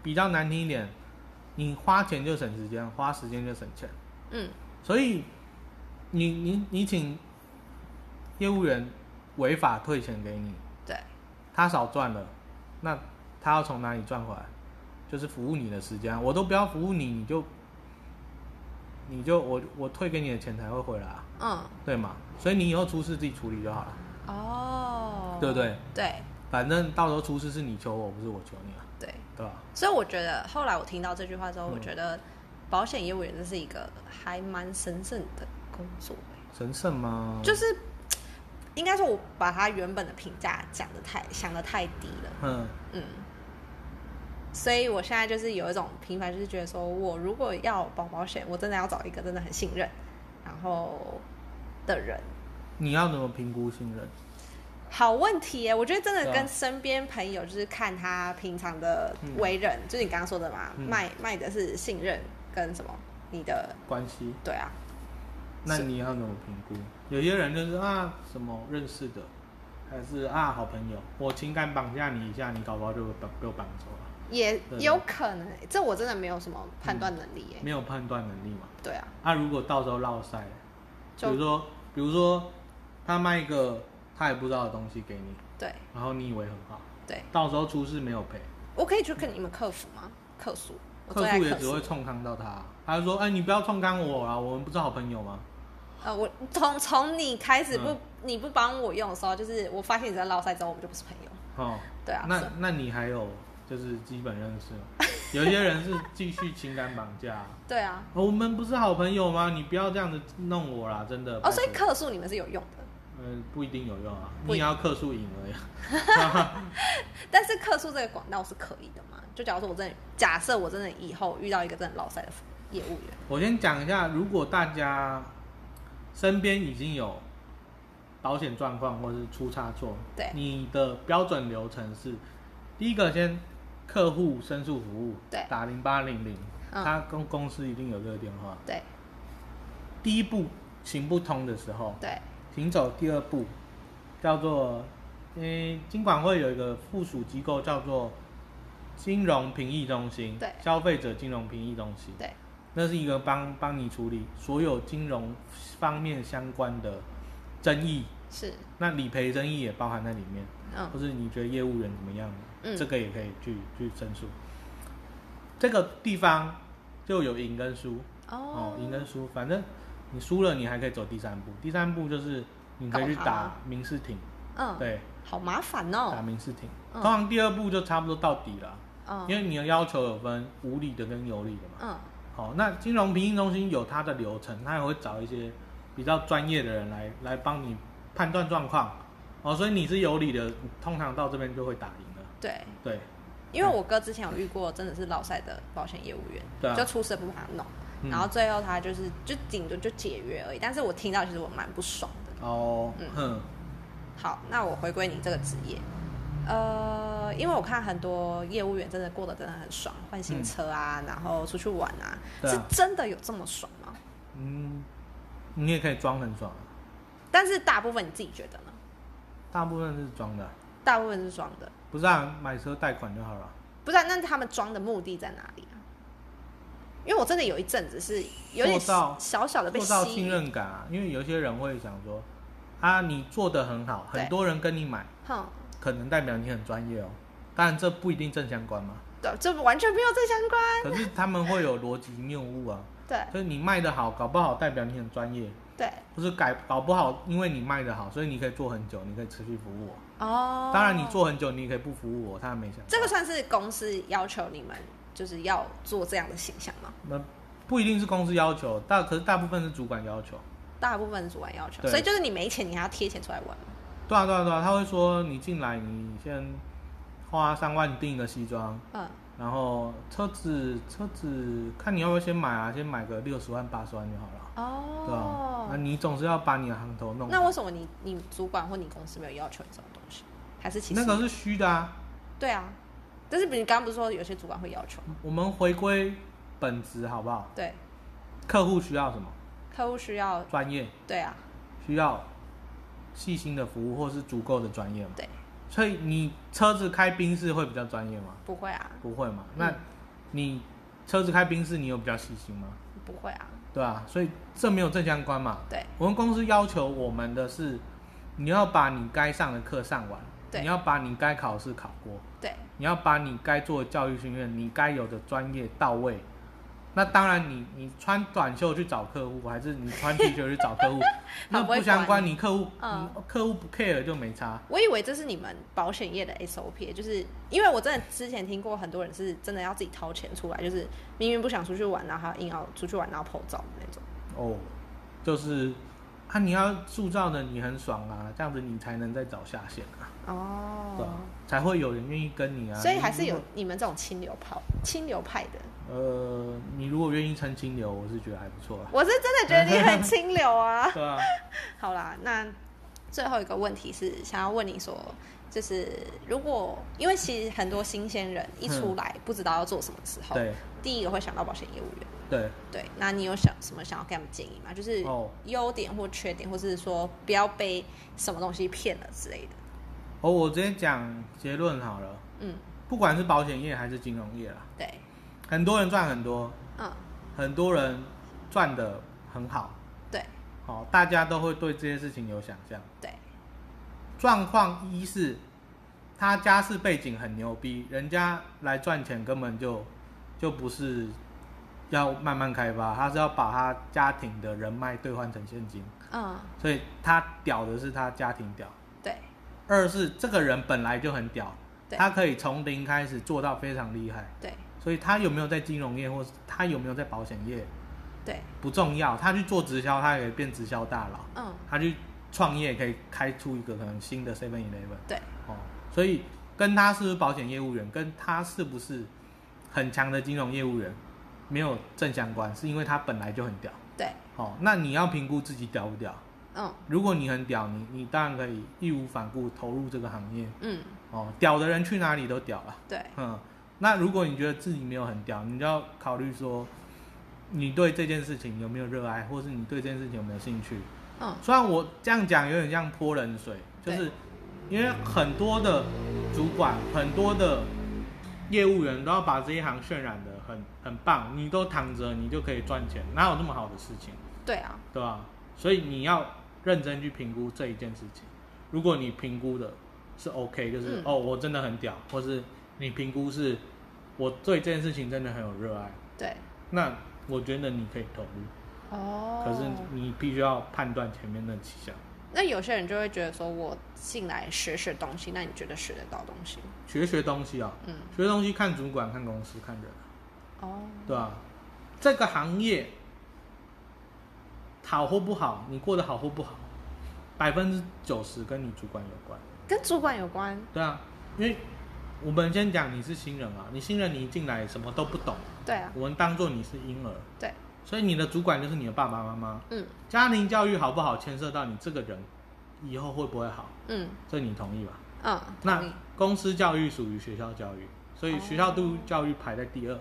Speaker 2: 比较难听一点，你花钱就省时间，花时间就省钱。
Speaker 1: 嗯，
Speaker 2: 所以你你你请业务员违法退钱给你，
Speaker 1: 对，
Speaker 2: 他少赚了，那他要从哪里赚回来？就是服务你的时间，我都不要服务你，你就你就我我退给你的钱才会回来啊，
Speaker 1: 嗯，
Speaker 2: 对吗？所以你以后出事自己处理就好了，
Speaker 1: 哦，
Speaker 2: 对不？对？
Speaker 1: 对
Speaker 2: 反正到时候出事是你求我，不是我求你啊，
Speaker 1: 对，
Speaker 2: 对吧？
Speaker 1: 所以我觉得后来我听到这句话之后，
Speaker 2: 嗯
Speaker 1: 我觉得保险业务员这是一个还蛮神圣的工作、
Speaker 2: 神圣吗？
Speaker 1: 就是应该说我把他原本的评价讲的太想的太低了。
Speaker 2: 嗯，
Speaker 1: 嗯，所以我现在就是有一种平凡，就是觉得说我如果要保保险，我真的要找一个真的很信任，然后的人。
Speaker 2: 你要怎么评估信任？
Speaker 1: 好问题耶，我觉得真的
Speaker 2: 对啊
Speaker 1: 跟身边朋友就是看他平常的为人，就是你刚刚说的嘛，
Speaker 2: 嗯
Speaker 1: 卖卖的是信任跟什么，你的
Speaker 2: 关系？
Speaker 1: 对啊，
Speaker 2: 那
Speaker 1: 是
Speaker 2: 你要怎么评估？有些人就是啊，什么认识的，还是啊好朋友，我情感绑架你一下，你搞不好就被绑被我绑走了，
Speaker 1: 也
Speaker 2: 对
Speaker 1: 有可能，这我真的没有什么判断能力耶。
Speaker 2: 没有判断能力嘛。
Speaker 1: 对啊，
Speaker 2: 啊，如果到时候落塞，比
Speaker 1: 就
Speaker 2: 如说，比如说他卖一个他也不知道的东西给你，
Speaker 1: 对
Speaker 2: 然后你以为很好，
Speaker 1: 对，
Speaker 2: 到时候出事没有赔，
Speaker 1: 我可以去跟你们客服吗？客诉，我最
Speaker 2: 客
Speaker 1: 爱
Speaker 2: 户
Speaker 1: 客
Speaker 2: 也
Speaker 1: 诉
Speaker 2: 只会冲康到他，他就说，哎，你不要冲康我啊，我们不是好朋友吗？
Speaker 1: 呃，我从从你开始不、
Speaker 2: 嗯
Speaker 1: 你不帮我用的时候，就是我发现你在落塞之后，我们就不是朋友。
Speaker 2: 哦，
Speaker 1: 对啊，
Speaker 2: 那
Speaker 1: 是
Speaker 2: 那你还有就是基本认识吗，有一些人是继续情感绑架啊、
Speaker 1: 对啊，
Speaker 2: 哦我们不是好朋友吗？你不要这样子弄我啦，真的。
Speaker 1: 哦，所以
Speaker 2: 拜托
Speaker 1: 客诉你们是有用的，
Speaker 2: 嗯、不一定有用啊，
Speaker 1: 不一
Speaker 2: 你也要克数赢 而已。啊
Speaker 1: 但是客诉这个管道是可以的嘛？就假如说我真的假设我真的以后遇到一个真的落塞的业务员，
Speaker 2: 我先讲一下，如果大家身边已经有保险状况或是出差错，
Speaker 1: 对
Speaker 2: 你的标准流程是：第一个先客户申诉服务，
Speaker 1: 对
Speaker 2: 打零八零零，
Speaker 1: 嗯
Speaker 2: 他公公司一定有这个电话。
Speaker 1: 对
Speaker 2: 第一步行不通的时候，
Speaker 1: 对
Speaker 2: 行走第二步叫做，嗯，金管会有一个附属机构叫做金融评议中心，
Speaker 1: 对
Speaker 2: 消费者金融评议中心，
Speaker 1: 对，
Speaker 2: 那是一个帮帮你处理所有金融方面相关的争议，
Speaker 1: 是，
Speaker 2: 那理赔争议也包含在里面，
Speaker 1: 嗯
Speaker 2: 或是你觉得业务员怎么样，
Speaker 1: 嗯
Speaker 2: 这个也可以去去申诉。这个地方就有赢跟输，哦，赢跟输，反正你输了，你还可以走第三步。第三步就是你可以去
Speaker 1: 告他
Speaker 2: 打民事庭，
Speaker 1: 嗯，
Speaker 2: 对，
Speaker 1: 好麻烦
Speaker 2: 打
Speaker 1: 哦，
Speaker 2: 民事庭。
Speaker 1: 嗯
Speaker 2: 通常第二步就差不多到底了，
Speaker 1: 嗯
Speaker 2: 因为你的要求有分无理的跟有理的嘛。
Speaker 1: 嗯
Speaker 2: 好，那金融评议中心有它的流程，它也会找一些比较专业的人来来帮你判断状况。哦，所以你是有理的，通常到这边就会打赢了。
Speaker 1: 对，
Speaker 2: 对，
Speaker 1: 因为我哥之前有遇过真的是落塞的保险业务员，
Speaker 2: 对啊
Speaker 1: 就出事不把他弄，
Speaker 2: 嗯
Speaker 1: 然后最后他就是就顶多就解约而已。但是我听到其实我蛮不爽的。
Speaker 2: 哦，
Speaker 1: 嗯
Speaker 2: 哼，
Speaker 1: 好，那我回归你这个职业，呃，因为我看很多业务员真的过得真的很爽，换新车啊，然后出去玩啊，
Speaker 2: 嗯对啊
Speaker 1: 是真的有这么爽吗？
Speaker 2: 嗯，你也可以装很爽啊，
Speaker 1: 但是大部分你自己觉得呢？
Speaker 2: 大部分是装的啊。
Speaker 1: 大部分是装的，
Speaker 2: 不是啊，买车贷款就好了。
Speaker 1: 不是啊、那他们装的目的在哪里啊？因为我真的有一阵子是有点
Speaker 2: 塑造
Speaker 1: 小小的被
Speaker 2: 做到
Speaker 1: 吸
Speaker 2: 信
Speaker 1: 引，
Speaker 2: 任感啊，因为有些人会想说，啊，你做的很好，
Speaker 1: 对
Speaker 2: 很多人跟你买，
Speaker 1: 哼，
Speaker 2: 可能代表你很专业哦。当然这不一定正相关嘛，
Speaker 1: 对，这完全没有这相关，
Speaker 2: 可是他们会有逻辑谬误啊，
Speaker 1: 对
Speaker 2: 就是你卖的好，搞不好代表你很专业，
Speaker 1: 对，
Speaker 2: 或是改搞不好，因为你卖的好，所以你可以做很久，你可以持续服务我。
Speaker 1: 哦，
Speaker 2: 当然你做很久，你也可以不服务我，他没想到
Speaker 1: 这个算是公司要求你们就是要做这样的形象吗？
Speaker 2: 那不一定是公司要求，大可是大部分是主管要求。
Speaker 1: 大部分是主管要求，
Speaker 2: 对
Speaker 1: 所以就是你没钱，你还要贴钱出来玩。
Speaker 2: 对啊，对啊，对啊，他会说你进来，你先花三万订一个西装，
Speaker 1: 嗯，
Speaker 2: 然后车子车子看你要不要先买啊，先买个六十万八十万就好了，对吧、啊？那
Speaker 1: 哦，
Speaker 2: 你总是要把你的行头弄好。
Speaker 1: 那为什么你你主管或你公司没有要求你这种东西？还是其实
Speaker 2: 那个是虚的啊，
Speaker 1: 对啊，但是比你刚刚不是说有些主管会要求？
Speaker 2: 我们回归本质好不好？
Speaker 1: 对，
Speaker 2: 客户需要什么？
Speaker 1: 客户需要
Speaker 2: 专业
Speaker 1: 对啊，
Speaker 2: 需要细心的服务或是足够的专业嘛。
Speaker 1: 对，
Speaker 2: 所以你车子开宾士会比较专业吗？
Speaker 1: 不会啊，
Speaker 2: 不会嘛。那你车子开宾士，你有比较细心吗？
Speaker 1: 不会啊，
Speaker 2: 对啊，所以这没有正相关嘛。
Speaker 1: 对，
Speaker 2: 我们公司要求我们的是，你要把你该上的课上完，
Speaker 1: 对
Speaker 2: 你要把你该考试考过，
Speaker 1: 对
Speaker 2: 你要把你该做的教育训练，你该有的专业到位。那当然你，你穿短袖去找客户，还是你穿 T 恤去找 客户，那
Speaker 1: 不会
Speaker 2: 不相
Speaker 1: 管
Speaker 2: 关。
Speaker 1: 你
Speaker 2: 你客户，
Speaker 1: 嗯
Speaker 2: 你客户不 care 就没差。
Speaker 1: 我以为这是你们保险业的 SOP，就是因为我真的之前听过很多人是真的要自己掏钱出来，就是明明不想出去玩，然后还要硬要出去玩，然后跑照的那种。
Speaker 2: 哦，就是啊，你要塑造的你很爽啊，这样子你才能再找下线啊，对吧
Speaker 1: 哦，
Speaker 2: 才会有人愿意跟你啊。
Speaker 1: 所以
Speaker 2: 你
Speaker 1: 还是
Speaker 2: 如
Speaker 1: 有
Speaker 2: 果
Speaker 1: 你们这种清流派、清流派的。
Speaker 2: 呃，你如果愿意称清流，我是觉得还不错啊。
Speaker 1: 我是真的觉得你很清流 啊。
Speaker 2: 对啊，
Speaker 1: 好啦，那最后一个问题是想要问你说，就是如果因为其实很多新鲜人一出来不知道要做什么的时候，
Speaker 2: 对
Speaker 1: 第一个会想到保险业务员。
Speaker 2: 对，
Speaker 1: 对，那你有想什么想要给他们建议吗？就是
Speaker 2: 哦
Speaker 1: 优点或缺点，或是说不要被什么东西骗了之类的。
Speaker 2: 哦，我直接讲结论好了，
Speaker 1: 嗯，
Speaker 2: 不管是保险业还是金融业啦，啊
Speaker 1: 对，
Speaker 2: 很多人赚很多，
Speaker 1: 嗯，
Speaker 2: 很多人赚的很好，
Speaker 1: 对，
Speaker 2: 哦，大家都会对这些事情有想象。
Speaker 1: 对，
Speaker 2: 状况一是，他家世背景很牛逼，人家来赚钱根本就就不是要慢慢开发，他是要把他家庭的人脉兑换成现金，
Speaker 1: 嗯，
Speaker 2: 所以他屌的是他家庭屌。
Speaker 1: 对，
Speaker 2: 二是这个人本来就很屌，
Speaker 1: 对
Speaker 2: 他可以从零开始做到非常厉害，
Speaker 1: 对，
Speaker 2: 所以他有没有在金融业或是他有没有在保险业
Speaker 1: 对，
Speaker 2: 不重要，他去做直销，他也可以变直销大佬，
Speaker 1: 嗯，
Speaker 2: 他去创业可以开出一个可能新的 Seven Eleven。
Speaker 1: 对，
Speaker 2: 哦，所以跟他是不是保险业务员，跟他是不是很强的金融业务员没有正相关，是因为他本来就很屌。
Speaker 1: 对，
Speaker 2: 哦，那你要评估自己屌不屌。
Speaker 1: 嗯，
Speaker 2: 如果你很屌，你你当然可以义无反顾投入这个行业。
Speaker 1: 嗯，
Speaker 2: 哦，屌的人去哪里都屌了。
Speaker 1: 对，
Speaker 2: 嗯，那如果你觉得自己没有很屌，你就要考虑说，你对这件事情有没有热爱，或是你对这件事情有没有兴趣。
Speaker 1: 嗯，
Speaker 2: 虽然我这样讲有点像泼冷水，就是因为很多的主管、很多的业务员都要把这一行渲染的很很棒，你都躺着你就可以赚钱，哪有这么好的事情，
Speaker 1: 对啊，
Speaker 2: 对吧？所以你要认真去评估这一件事情。如果你评估的是 OK，就是、
Speaker 1: 嗯
Speaker 2: 哦我真的很屌，或是你评估是我对这件事情真的很有热爱，
Speaker 1: 对，
Speaker 2: 那我觉得你可以投入，
Speaker 1: 哦。
Speaker 2: 可是你必须要判断前面那几项。
Speaker 1: 那有些人就会觉得说，我进来学学东西，那你觉得学得到东西？
Speaker 2: 学学东西啊、
Speaker 1: 嗯，
Speaker 2: 学东西看主管、看公司、看人，啊
Speaker 1: 哦，
Speaker 2: 对吧、这个行业好或不好，你过得好或不好，百分之九十跟你主管有关，
Speaker 1: 跟主管有关。
Speaker 2: 对啊，因为我们先讲你是新人啊，你新人你一进来什么都不懂，
Speaker 1: 对啊，
Speaker 2: 我们当做你是婴儿，
Speaker 1: 对，
Speaker 2: 所以你的主管就是你的爸爸妈妈，
Speaker 1: 嗯
Speaker 2: 家庭教育好不好牵涉到你这个人以后会不会好，
Speaker 1: 嗯
Speaker 2: 这你同意吧？
Speaker 1: 嗯，
Speaker 2: 那
Speaker 1: 同意
Speaker 2: 公司教育属于学校教育，所以学校度教育排在第
Speaker 1: 哦
Speaker 2: 二。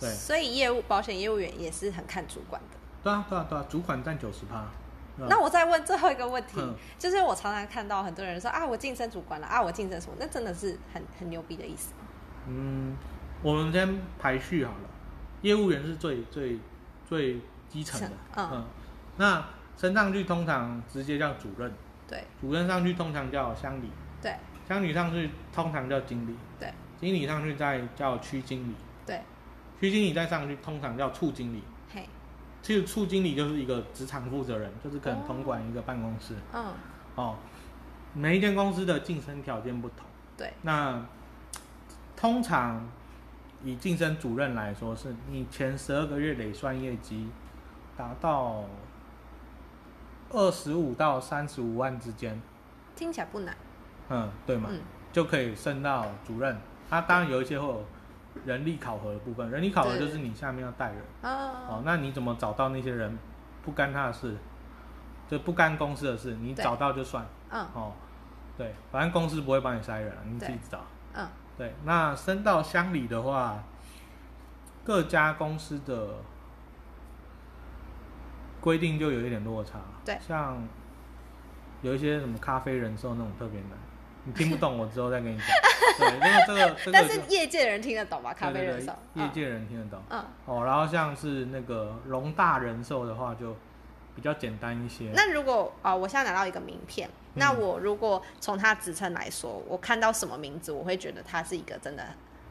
Speaker 2: 对，
Speaker 1: 所以业务保险业务员也是很看主管的。
Speaker 2: 对啊，对啊，对啊，主管占九十趴。对啊
Speaker 1: 那我再问最后一个问题
Speaker 2: 嗯，
Speaker 1: 就是我常常看到很多人说啊，我晋升主管了啊，我晋升什么？那真的是很很牛逼的意思吗。
Speaker 2: 嗯，我们先排序好了，业务员是最最最基层的
Speaker 1: 层。嗯
Speaker 2: 那升上去通常直接叫主任，
Speaker 1: 对
Speaker 2: 主任上去通常叫乡里，
Speaker 1: 对
Speaker 2: 乡里上去通常叫经理，
Speaker 1: 对
Speaker 2: 经理上去再叫区经理，
Speaker 1: 对，
Speaker 2: 区经理再上去通常叫处经理。
Speaker 1: 嘿，
Speaker 2: 其实处经理就是一个职场负责人，就是可能统管一个办公室
Speaker 1: 嗯，
Speaker 2: 哦。每一间公司的晋升条件不同，
Speaker 1: 对
Speaker 2: 那通常以晋升主任来说，是你前十二个月累算业绩达到二十五到三十五万之间，
Speaker 1: 听起来不难。
Speaker 2: 嗯，对嘛，
Speaker 1: 嗯，
Speaker 2: 就可以升到主任。他、当然有一些会有人力考核的部分，人力考核
Speaker 1: 对
Speaker 2: 就是你下面要带人。哦
Speaker 1: 哦，，
Speaker 2: 那你怎么找到那些人？不干他的事，就不干公司的事，你
Speaker 1: 对
Speaker 2: 找到就算。
Speaker 1: 嗯
Speaker 2: 哦，对，反正公司不会帮你筛人啊，你自己
Speaker 1: 对
Speaker 2: 找。
Speaker 1: 嗯，
Speaker 2: 对，那升到乡里的话，各家公司的规定就有一点落差。
Speaker 1: 对，
Speaker 2: 像有一些什么咖啡人寿那种特别难，你听不懂，我之后 再跟你讲。对，那个这个这个
Speaker 1: 但
Speaker 2: 就是
Speaker 1: 业界人听得懂吧？咖啡
Speaker 2: 对对
Speaker 1: 人
Speaker 2: 对
Speaker 1: 手，
Speaker 2: 业
Speaker 1: 嗯
Speaker 2: 界人听得懂。
Speaker 1: 嗯，
Speaker 2: 哦，然后像是那个龙大人寿的话，就比较简单一些。
Speaker 1: 那如果啊、我现在拿到一个名片，
Speaker 2: 嗯
Speaker 1: 那我如果从它职称来说，我看到什么名字，我会觉得它是一个真的，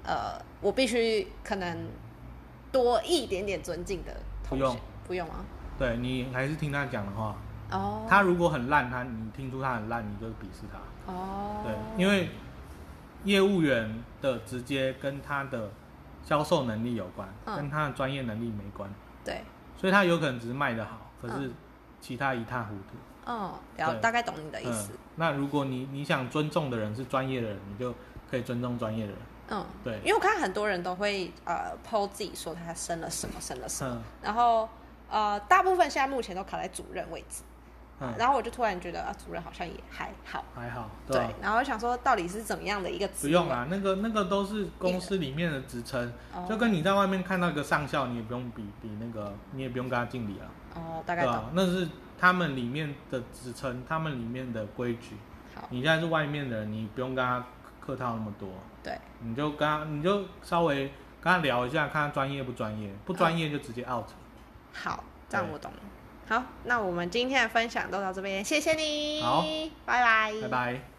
Speaker 1: 呃，我必须可能多一点点尊敬的同
Speaker 2: 不
Speaker 1: 学，
Speaker 2: 用
Speaker 1: 不用啊，
Speaker 2: 对你还是听他讲的话，
Speaker 1: 哦，
Speaker 2: 他如果很烂，他你听出他很烂，你就鄙视他。
Speaker 1: 哦，
Speaker 2: 对，因为业务员的直接跟他的销售能力有关，
Speaker 1: 嗯
Speaker 2: 跟他的专业能力没关，
Speaker 1: 对，
Speaker 2: 所以他有可能只是卖得好，可是其他一塌糊涂。
Speaker 1: 嗯，了
Speaker 2: 对
Speaker 1: 大概懂你的意
Speaker 2: 嗯
Speaker 1: 思，，
Speaker 2: 那如果你你想尊重的人是专业的人，你就可以尊重专业的人。
Speaker 1: 嗯，
Speaker 2: 对
Speaker 1: 因为我看很多人都会呃剖自己说他生了什么生了什么，
Speaker 2: 嗯
Speaker 1: 然后呃大部分现在目前都卡在主任位置，
Speaker 2: 嗯，
Speaker 1: 然后我就突然觉得啊主任好像也还好。
Speaker 2: 还好，
Speaker 1: 对
Speaker 2: 吧，
Speaker 1: 然后想说到底是怎么样的一个职
Speaker 2: 啊不
Speaker 1: 位？
Speaker 2: 用啊啦，那个那个都是公司里面的职称，
Speaker 1: 哦
Speaker 2: 就跟你在外面看到一个上校，你也不用比比那个，你也不用跟他敬礼啊，
Speaker 1: 哦，大
Speaker 2: 对
Speaker 1: 概懂。
Speaker 2: 吧？那是他们里面的职称，他们里面的规矩。
Speaker 1: 好，
Speaker 2: 你现在是外面的人，你不用跟他客套那么多，
Speaker 1: 对，
Speaker 2: 你就跟他，你就稍微跟他聊一下，看他专业不专业，不专业就直接 out。
Speaker 1: 好，这样
Speaker 2: 对
Speaker 1: 我懂了。好，那我们今天的分享都到这边，谢谢你，
Speaker 2: 好，
Speaker 1: 拜拜，
Speaker 2: 拜拜。